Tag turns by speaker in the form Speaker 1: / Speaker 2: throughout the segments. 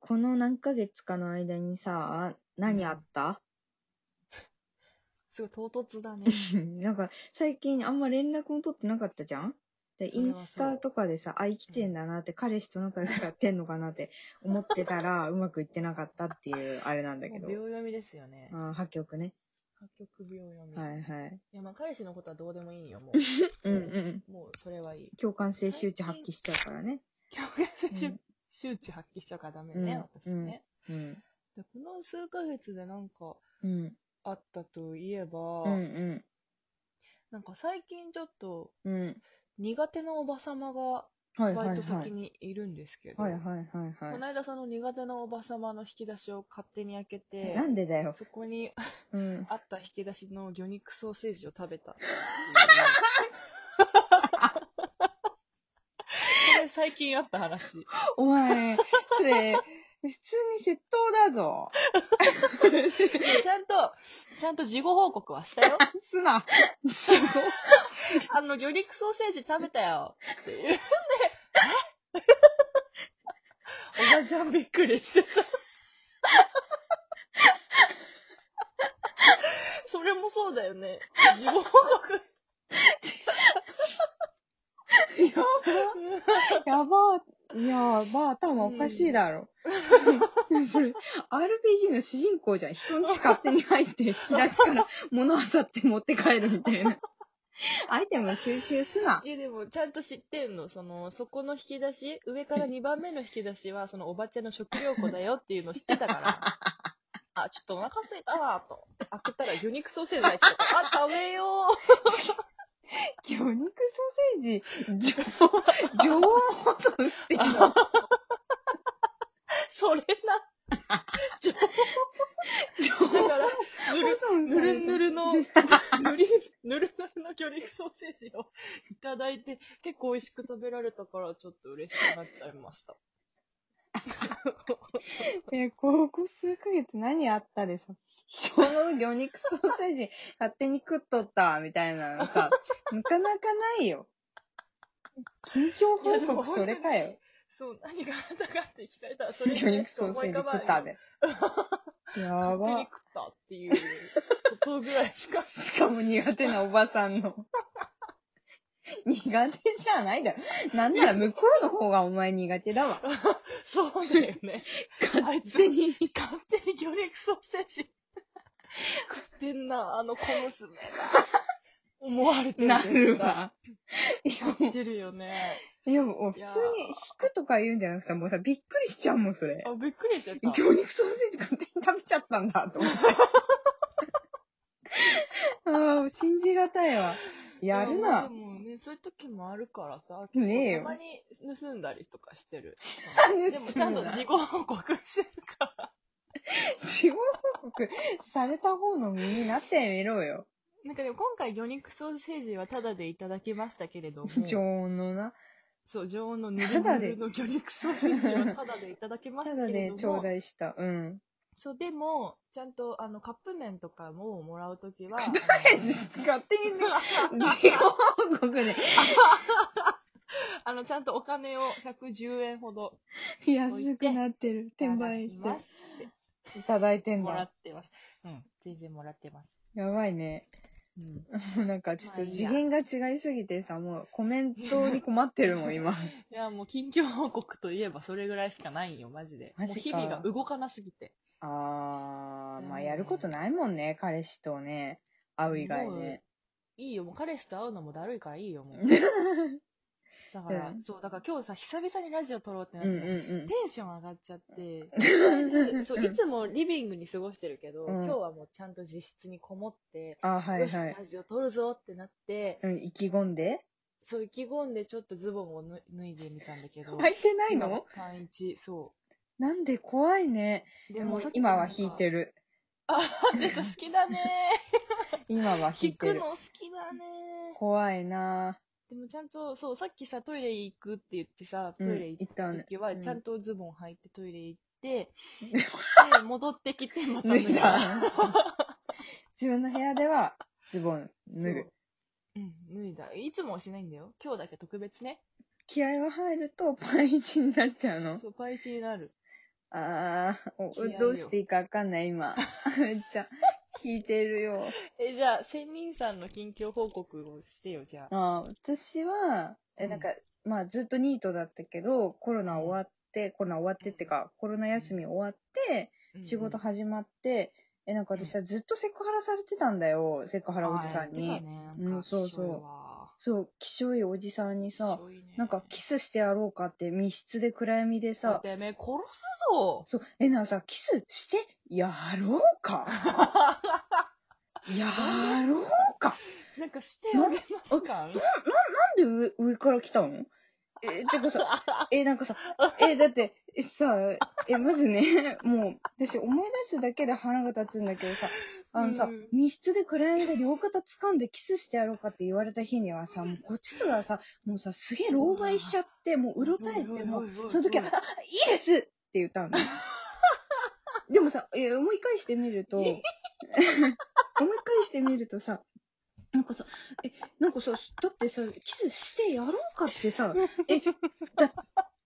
Speaker 1: この何ヶ月かの間にさ、何あった、
Speaker 2: すごい唐突だね。
Speaker 1: なんか、最近あんま連絡も取ってなかったじゃんで、
Speaker 2: そ
Speaker 1: イン
Speaker 2: れはそう
Speaker 1: スタとかでさ、あ、生きてんだなって、彼氏と仲良くやってんのかなって思ってたら、う まくいってなかったっていう、あれなん だけ
Speaker 2: も
Speaker 1: ど
Speaker 2: う。秒読みですよね
Speaker 1: あ。ー破局ね。
Speaker 2: 破局秒読み。
Speaker 1: はい
Speaker 2: い、
Speaker 1: はい。
Speaker 2: や、まあ、彼氏のことはどうでもいいよ、も
Speaker 1: うんうん。
Speaker 2: う。もう、それはいい。
Speaker 1: 共感性周知発揮しちゃうからね。
Speaker 2: 教科
Speaker 1: う
Speaker 2: 書
Speaker 1: ん
Speaker 2: 周知発揮しちゃうからダメね、
Speaker 1: うん
Speaker 2: 私ね、
Speaker 1: うん。
Speaker 2: で。この数ヶ月でなんか
Speaker 1: うん。
Speaker 2: あったといえば、
Speaker 1: うんうん。
Speaker 2: なんか最近ちょっと
Speaker 1: うん。
Speaker 2: 苦手なおばさまが
Speaker 1: はいはい
Speaker 2: バイ
Speaker 1: はい。
Speaker 2: ト先にいるんですけど、
Speaker 1: はいはいはい
Speaker 2: こ
Speaker 1: は
Speaker 2: の間その苦手なおばさまの引き出しを勝手に開け
Speaker 1: い。
Speaker 2: て、
Speaker 1: なんでだよ。
Speaker 2: そこに
Speaker 1: うん。
Speaker 2: あった引き出しの魚肉ソーセージを食べた。これ最近あった話。
Speaker 1: お前、それ、普通に窃盗だぞ。
Speaker 2: ちゃんと、ちゃんと事後報告はしたよ。
Speaker 1: すな。
Speaker 2: あの、魚肉ソーセージ食べたよ。って言うんで、えおばちゃんびっくりしてた。それもそうだよね。事後報告。
Speaker 1: やば、やば、頭おかしいだろ。それ、RPG の主人公じゃん。人んち勝手に入って、引き出しから物あさって持って帰るみたいな。アイテム収集すな。
Speaker 2: いやでも、ちゃんと知ってんの。その、そこの引き出し、上から2番目の引き出し は、そのおばちゃんの食料庫だよっていうの知ってた から。あ、ちょっとお腹空いたわ、と。開けた ら魚肉ソーセージ入ってたから。あ、食べよう。
Speaker 1: 魚肉ソーセージ、常温保存してるの。
Speaker 2: それな。
Speaker 1: 常
Speaker 2: だ
Speaker 1: 温
Speaker 2: から、ぬる、
Speaker 1: 保存
Speaker 2: ぬ
Speaker 1: され
Speaker 2: る
Speaker 1: て
Speaker 2: ぬるの、ぬり、ぬるぬるの魚肉ソーセージをいただいて、結構美味しく食べられたから、ちょっと嬉しくなっちゃいま した。
Speaker 1: えーここ数ヶ月何あったでさ、人の魚肉ソーセージ勝手に食っとったわみたいなの さ、なかなかないよ。近況
Speaker 2: いやで
Speaker 1: 報
Speaker 2: も
Speaker 1: 告それかよ。
Speaker 2: そう、何があったかって聞かれた ら、それ
Speaker 1: 魚
Speaker 2: に
Speaker 1: 肉
Speaker 2: しか
Speaker 1: ソー
Speaker 2: 思
Speaker 1: セー
Speaker 2: い浮
Speaker 1: ジ
Speaker 2: かば
Speaker 1: 食
Speaker 2: ない
Speaker 1: っ
Speaker 2: よ
Speaker 1: たで。や
Speaker 2: 勝手
Speaker 1: ば。
Speaker 2: に食ったっていうことぐらい しか。
Speaker 1: しかも苦手なおばさんの。苦手じゃないだろ。なんなら向こうの方がお前苦手だわ。
Speaker 2: そうだよね。あいつ
Speaker 1: 勝手に。
Speaker 2: 勝手に魚肉ソーセージ食ってんな、あの小娘が。思われてる。
Speaker 1: なる。わ。いや、
Speaker 2: 言
Speaker 1: も
Speaker 2: ってるよね。
Speaker 1: ういやもう普通に引くとか言うんじゃなくてさ、もうさ、びっくりしちゃうもん、それ。
Speaker 2: あ、びっくりしちゃった。
Speaker 1: 魚肉ソーセージ勝手に食べちゃったんだと思 って。ああ、信じがたいわ。やる
Speaker 2: ま
Speaker 1: な。
Speaker 2: あでもね、そういう時もあるからさ、
Speaker 1: ねえよ
Speaker 2: たまに盗んだりとかしてる。
Speaker 1: 盗むな
Speaker 2: でもちゃ んと事後報告してるから。
Speaker 1: 死後報告された方の身になってみろよ。
Speaker 2: なんかでも今回魚肉ソーセージはタダでいただきましたけれども。
Speaker 1: 常温のな。
Speaker 2: そう、女王のぬるぬるの魚肉ソーセージはただでいただきましたたけ
Speaker 1: だ
Speaker 2: れ
Speaker 1: で
Speaker 2: ど
Speaker 1: ちょう
Speaker 2: も、
Speaker 1: だいした。 うん。
Speaker 2: そう、でも、ちゃんと、あの、カップ麺とかももらうときは、あの
Speaker 1: 勝手にね、事後報告で。
Speaker 2: あの、ちゃんとお金を110円ほど
Speaker 1: 安くなってる。
Speaker 2: いた
Speaker 1: 転
Speaker 2: だ
Speaker 1: 売
Speaker 2: き
Speaker 1: し
Speaker 2: ます
Speaker 1: て。。いただいてん
Speaker 2: もら
Speaker 1: だ
Speaker 2: っ。てます。うん、全然もらってます。
Speaker 1: やばいね。
Speaker 2: うん。
Speaker 1: もうなんかちょっ
Speaker 2: ま
Speaker 1: と
Speaker 2: あいいや
Speaker 1: 次元が違いすぎてさ、もうコメントに困ってるもん、今。
Speaker 2: いや、もう近況報告といえばそれぐらいしかないよ、マジで。
Speaker 1: マジか
Speaker 2: もう日々が動かなすぎて。
Speaker 1: あー、まあ
Speaker 2: うん
Speaker 1: やることないもんね、彼氏とね、会う以外ね。
Speaker 2: いいよ、もう彼氏と会うのもだるいからいいよ、もう。だか
Speaker 1: う
Speaker 2: ら、
Speaker 1: ん
Speaker 2: そう、だから今日さ、久々にラジオ撮ろうって
Speaker 1: う
Speaker 2: なんっ
Speaker 1: う
Speaker 2: て、
Speaker 1: んうん
Speaker 2: テンション上がっち ゃって、そういつもリビングに過ごしてるけど、
Speaker 1: うん
Speaker 2: 今日はもうちゃんと自室にこもって、
Speaker 1: あ、はい
Speaker 2: よし、
Speaker 1: はい。
Speaker 2: ラジオ撮るぞってなって、
Speaker 1: うん、意気込んで
Speaker 2: そう意気込んでちょっとズボンをぬ脱いでみたんだけど、
Speaker 1: 履いてない
Speaker 2: 今
Speaker 1: の
Speaker 2: も単一、そ
Speaker 1: なんで怖いね。
Speaker 2: う。
Speaker 1: でも今は引いて
Speaker 2: る。
Speaker 1: る。
Speaker 2: あ、なんか好きだね。
Speaker 1: 今は 引
Speaker 2: 引
Speaker 1: いて
Speaker 2: く
Speaker 1: る
Speaker 2: の。好きだね。
Speaker 1: 怖いな
Speaker 2: でもちゃんと、そう、さっきさ、トイレ行くって言ってさ、
Speaker 1: う
Speaker 2: ト
Speaker 1: ん
Speaker 2: イレ行った時は、
Speaker 1: 行ったねうん
Speaker 2: ちゃんとズボン履いてトイレ行って、で、戻ってきて、また
Speaker 1: 脱い
Speaker 2: た
Speaker 1: だ。自分の部屋ではズボン脱ぐ
Speaker 2: そ。う。うん、脱いだ。いつもはしないんだよ。今日だけ特別ね。
Speaker 1: 気合が入るとパンイチになっちゃうの
Speaker 2: そう、パイチになる。
Speaker 1: ああ、お
Speaker 2: 気合いよ
Speaker 1: どうしていいかわかんない、 今。めっちゃ、弾いてるよ。
Speaker 2: え、じゃあ、仙人さんの近況報告をしてよ、じゃあ。
Speaker 1: ああ私は、
Speaker 2: う
Speaker 1: え、
Speaker 2: ん
Speaker 1: なんか、まあ、ずっとニートだったけど、コロナ終わって、コロナ終わってってか、コロナ休み終わって、仕事
Speaker 2: 入
Speaker 1: 始まって、え、なんか私はずっとセクハラされてたんだよ、セクハラおじさんに。うんそうそうそう、きしょいおじさんにさ、、なんかキスしてやろうかって密室で暗闇で
Speaker 2: さ
Speaker 1: さ、、
Speaker 2: てめえ、殺すぞ
Speaker 1: そう、えなさ、キスしてやろう かやろうか
Speaker 2: なんかしてあげます
Speaker 1: な
Speaker 2: か
Speaker 1: んで上上から来たのえ、てか さ、え、なんかさ、え、だって、えさ、え、まずね、 もう、私思い出すだけで腹が立つんだけどさ、あのさ、
Speaker 2: うん
Speaker 1: 密室で暗闇で両肩掴んでキスしてやろうかって言われた日にはさ、もうこっちとらさ、もうさ、すげえ狼狽しちゃって、もううろたえて、もう、その時は、あ、いいですって言ったの ね。でもさ、え思い返してみる と、思い返してみるとさ、なんかさ、え、なんかさ、だってさ、キスしてやろうかってさ、え、だ、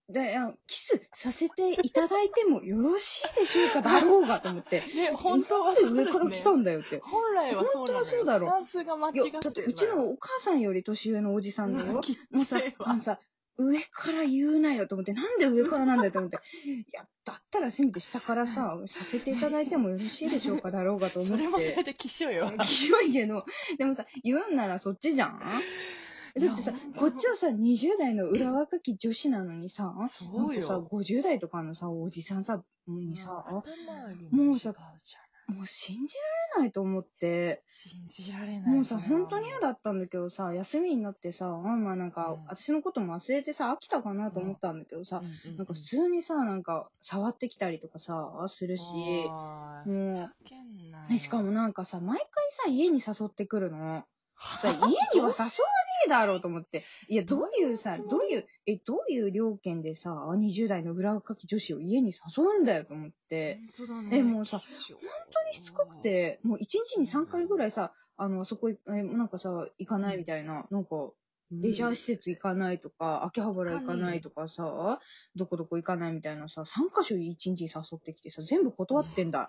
Speaker 1: だいやキスさせていただいてもよろしいでしょうかだろうがと思って。
Speaker 2: ね、本当は
Speaker 1: な
Speaker 2: そ
Speaker 1: ん
Speaker 2: う
Speaker 1: で
Speaker 2: だ
Speaker 1: 上から
Speaker 2: よね
Speaker 1: 来たんだよって。
Speaker 2: 本来はそう
Speaker 1: 本当
Speaker 2: なのよ
Speaker 1: はそうだろ
Speaker 2: スタンスが間違
Speaker 1: いや、
Speaker 2: ってる
Speaker 1: だってうちのお母さんより年上のおじさん だよ。もうさ、あのさ、上から言うなよと思って、なんで上からなんだよと思って、いや、だったらせめて下からさ、させていただいてもよろしいでしょうかだろうかと思
Speaker 2: それも
Speaker 1: っ
Speaker 2: それ
Speaker 1: て。
Speaker 2: で気象よ。
Speaker 1: 清いけど、でもさ、言うんならそっちじゃんだってさ
Speaker 2: いや、
Speaker 1: こっちはさ、20代の裏若き女子なのにさ、な
Speaker 2: そうん
Speaker 1: かさ、
Speaker 2: よ。
Speaker 1: 50代とかのさ、おじさんさ、にさ、
Speaker 2: 頭より
Speaker 1: もう
Speaker 2: も違うじ
Speaker 1: さ
Speaker 2: ゃん。
Speaker 1: もう信じられないと思って。
Speaker 2: 信じられない。
Speaker 1: もうさ、本当に
Speaker 2: や
Speaker 1: 嫌だったんだけどさ、休みになってさ、まあなんか、
Speaker 2: うん
Speaker 1: 私のことも忘れてさ、飽きたかなと思ったんだけどさ、なんか普通にさ、なんか、触ってきたりとかさ、するし、
Speaker 2: も
Speaker 1: もう
Speaker 2: ふざけんなよ
Speaker 1: えしかもなんかさ、毎回さ、家に誘ってくるの。 さ、家には誘わねえだろうと思って。いや、どういうさ、
Speaker 2: ど
Speaker 1: どういう、え、どういう料件でさ、20代の裏書き女子を家に誘うんだよと思って。
Speaker 2: 本当だね
Speaker 1: えもうさ
Speaker 2: きしょう
Speaker 1: 本当にしつこくて、もう一日に3回ぐらいさ、あの、あそこい、えなんかさ、行かないみたいな、なんか、レジャー施設行かないとか、秋葉原行かないとかさ、どこどこ行かないみたいなさ、3箇所一日に誘ってきてさ、全部断ってんだ。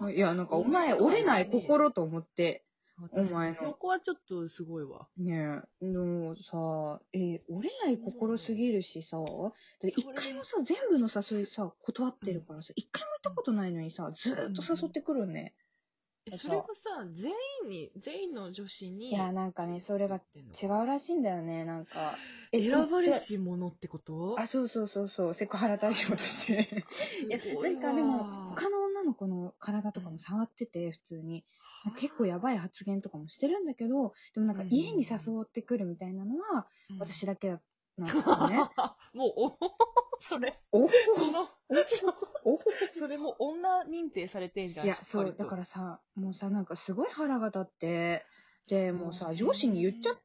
Speaker 2: お
Speaker 1: いや、なんか お
Speaker 2: お前
Speaker 1: 前折れない心と思って、お前の
Speaker 2: そこはちょっとすごいわ。
Speaker 1: ねえ、でもさ、え折れない心すぎるしさ、だって一回もさ、全部の誘いさ、断ってるからさ、一回も行ったことないのにさ、ずーっと誘ってくるね。
Speaker 2: えそれはさ、全員に、全員の女子に。
Speaker 1: いやなんかねそれが違うらしいんだよね、なんか。
Speaker 2: 選ばれ
Speaker 1: じ
Speaker 2: し者ってこと
Speaker 1: ゃあ、そうそうそうそう、セクハラ対象として。いや、なんかでも、他の女の子の体とかも触ってて、普通に。結構やばい発言とかもしてるんだけど、でもなんか
Speaker 2: うん
Speaker 1: 家に誘ってくるみたいなのは、私だけだなんだよね。
Speaker 2: もう、お ほほそれ、
Speaker 1: おほ
Speaker 2: そ
Speaker 1: ほ
Speaker 2: の、
Speaker 1: おほほ
Speaker 2: それも女認定されてんじゃん。。
Speaker 1: いや、そう、だかららさ、もうさ、なんかすごい腹が立って、で、もう
Speaker 2: そう
Speaker 1: さ、
Speaker 2: ね
Speaker 1: 上司に言っちゃって、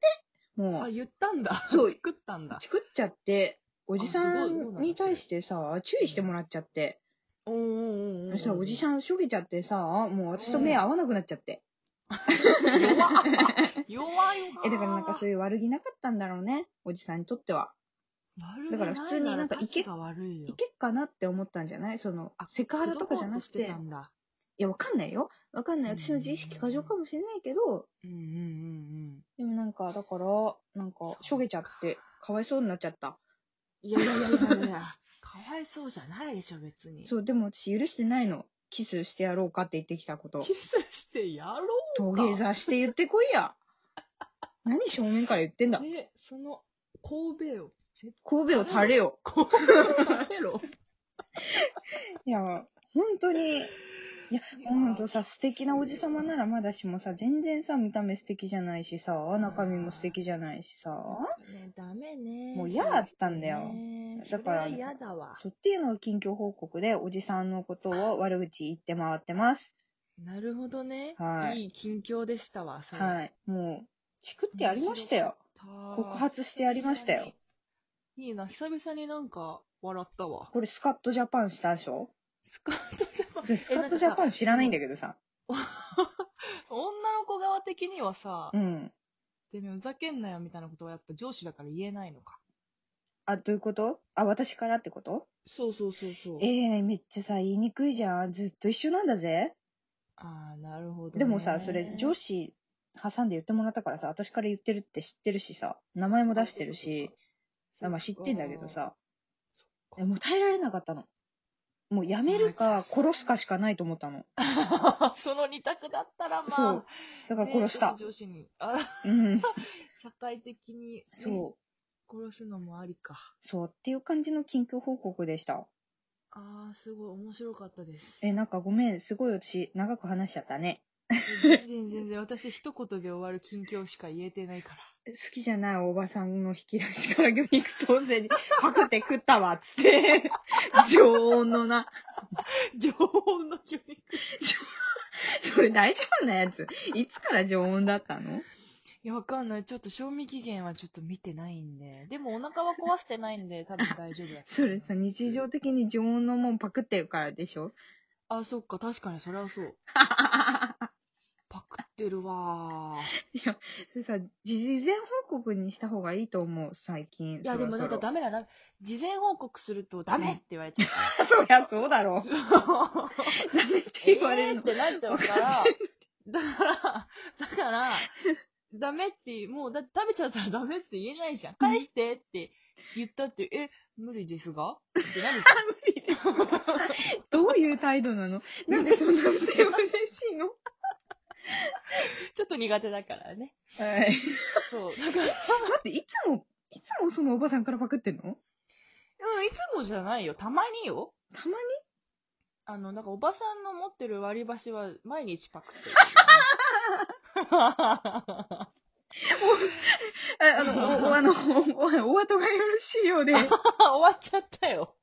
Speaker 1: も
Speaker 2: あ、
Speaker 1: う、
Speaker 2: 言ったんだ。
Speaker 1: そう
Speaker 2: 作ったんだ。
Speaker 1: 作っちゃって、おじさ
Speaker 2: あすごいそうなん
Speaker 1: ん
Speaker 2: だ
Speaker 1: に対してさ、注意してもらっちゃって。
Speaker 2: おーおーおー
Speaker 1: そしたらおじ
Speaker 2: ん。
Speaker 1: さんしょげちゃってさ、もう私と目合わなくなっちゃって。
Speaker 2: 弱い。弱いわ。
Speaker 1: え、だからなんかそう
Speaker 2: いう。
Speaker 1: いう悪気なかったんだろうね。おじさんにとっては。だから普通になんかいけ
Speaker 2: が悪い
Speaker 1: い
Speaker 2: よ。
Speaker 1: けっかなって思ったんじゃないその
Speaker 2: あ、
Speaker 1: セクハラとかじゃなく
Speaker 2: 口説こうとしてた。んだ。
Speaker 1: いや、わかんないよ。わかんない。
Speaker 2: うん
Speaker 1: 私の自意識過剰かもしれないけど、
Speaker 2: うんうんうんうん。
Speaker 1: でもなんか、だから、なんか、しょげちゃって、かわいそうになっちゃった。
Speaker 2: いやいやいやいやいや。かわいそうじゃないでしょ、別に。
Speaker 1: そう、でも私許してないの。キスしてやろうかって言ってきたこと。
Speaker 2: キスしてやろ
Speaker 1: 土下座して言ってこい や。何正面から言ってんだ
Speaker 2: う。。ね、その、神戸を。絶
Speaker 1: 神戸を垂れよ。
Speaker 2: 神戸を食 べろ。
Speaker 1: いや、本当に、ほんとさ、素敵なおじさまならまだしもさ、全然さ、見た目素敵じゃないしさ、中身も素敵じゃないしさ、
Speaker 2: ね、ダメね。
Speaker 1: もう嫌だったんだよ
Speaker 2: ね
Speaker 1: だから
Speaker 2: それは嫌だわ。
Speaker 1: そうっていうのを近況報告で、おじさんのことを悪口言って回ってます。
Speaker 2: なるほどね。
Speaker 1: はい
Speaker 2: い近況でしたわ、それ
Speaker 1: はい。もう、チクってやりましたよ。告発してやりましたよ。。
Speaker 2: いいな、久々になんか笑ったわ。
Speaker 1: これスカットジャパンしたでしょ
Speaker 2: スカットジャパン。
Speaker 1: スカットジャパ
Speaker 2: ン。
Speaker 1: ン知らないんだけどさ。
Speaker 2: 女の子側的にはさ
Speaker 1: う、ん。
Speaker 2: てめえふざけんなよみたいなことはやっぱ上司だから言えないのか。
Speaker 1: あ、どういうことあ、私からってこと
Speaker 2: そうそうそうそう。
Speaker 1: ええめっちゃさ、言いにくいじゃん。ずっと一緒なんだぜ。
Speaker 2: ああ、なるほど、ね。
Speaker 1: でもさ、それ、女子挟んで言ってもらったからさ、私から言ってるって知ってるしさ、名前も出してるし、
Speaker 2: そっか、
Speaker 1: まあ知ってんだけどさ、
Speaker 2: そっか。
Speaker 1: もう耐えられなかったの。もうやめるか殺すかしかないと思ったの。
Speaker 2: その二択だったらまあ。
Speaker 1: そう。だから殺した
Speaker 2: ね。ちょっと上司に。あ、
Speaker 1: うん。
Speaker 2: 社会的に、ね
Speaker 1: そう。
Speaker 2: 殺すのもありか。
Speaker 1: そうっていう感じの近況報告でした。
Speaker 2: ああ、すごい面白かったです。
Speaker 1: え、なんかごめん、すごい私、長く話しちゃったね。
Speaker 2: 全然全然、私一言で終わる近況しか言えてないから。
Speaker 1: 好きじゃないおばさんの引き出しから魚肉ソーセージパクって食ったわ、つ って。常温のな。
Speaker 2: 情報の教育。
Speaker 1: それ大丈夫なやつ。いつから常温だったの
Speaker 2: いや、わかんない。ちょっと賞味期限はちょっと見てないんで。でもお腹は壊してない んで、多分大丈夫だと思います
Speaker 1: それさ、日常。的に常温のもんパクってるからでし ょ
Speaker 2: あ、そっか、確かにそれはそう。パクってるわ
Speaker 1: いや、 それさ、事前報告にした方がいいと思う、最近。
Speaker 2: ー。いや、でもなんかダメだな。事前報告するとダメって言われちゃう。
Speaker 1: メ。そりゃそうだろ う。 ダメって言われる
Speaker 2: えー
Speaker 1: の
Speaker 2: っ。てなっちゃうから、だから、だから、ダメって、もうだ食べちゃったらダメって言えないじゃん。返してって言ったって、え、無理ですがってなるじゃん。無理です。
Speaker 1: どういう態度なのなんでそんな不正は嬉しいの
Speaker 2: ちょっと苦手だからね。
Speaker 1: はい。
Speaker 2: そう。だ から、
Speaker 1: 待って、いつも、いつもそのおばさんからパクってんの
Speaker 2: うん、いつもじゃないよ。たまによ。
Speaker 1: たまに
Speaker 2: あの、なんかおばさんの持ってる割り箸は毎日パクってる、
Speaker 1: ああの、お、おあの、お、おお後がよろしいようで。
Speaker 2: 終わっちゃったよ。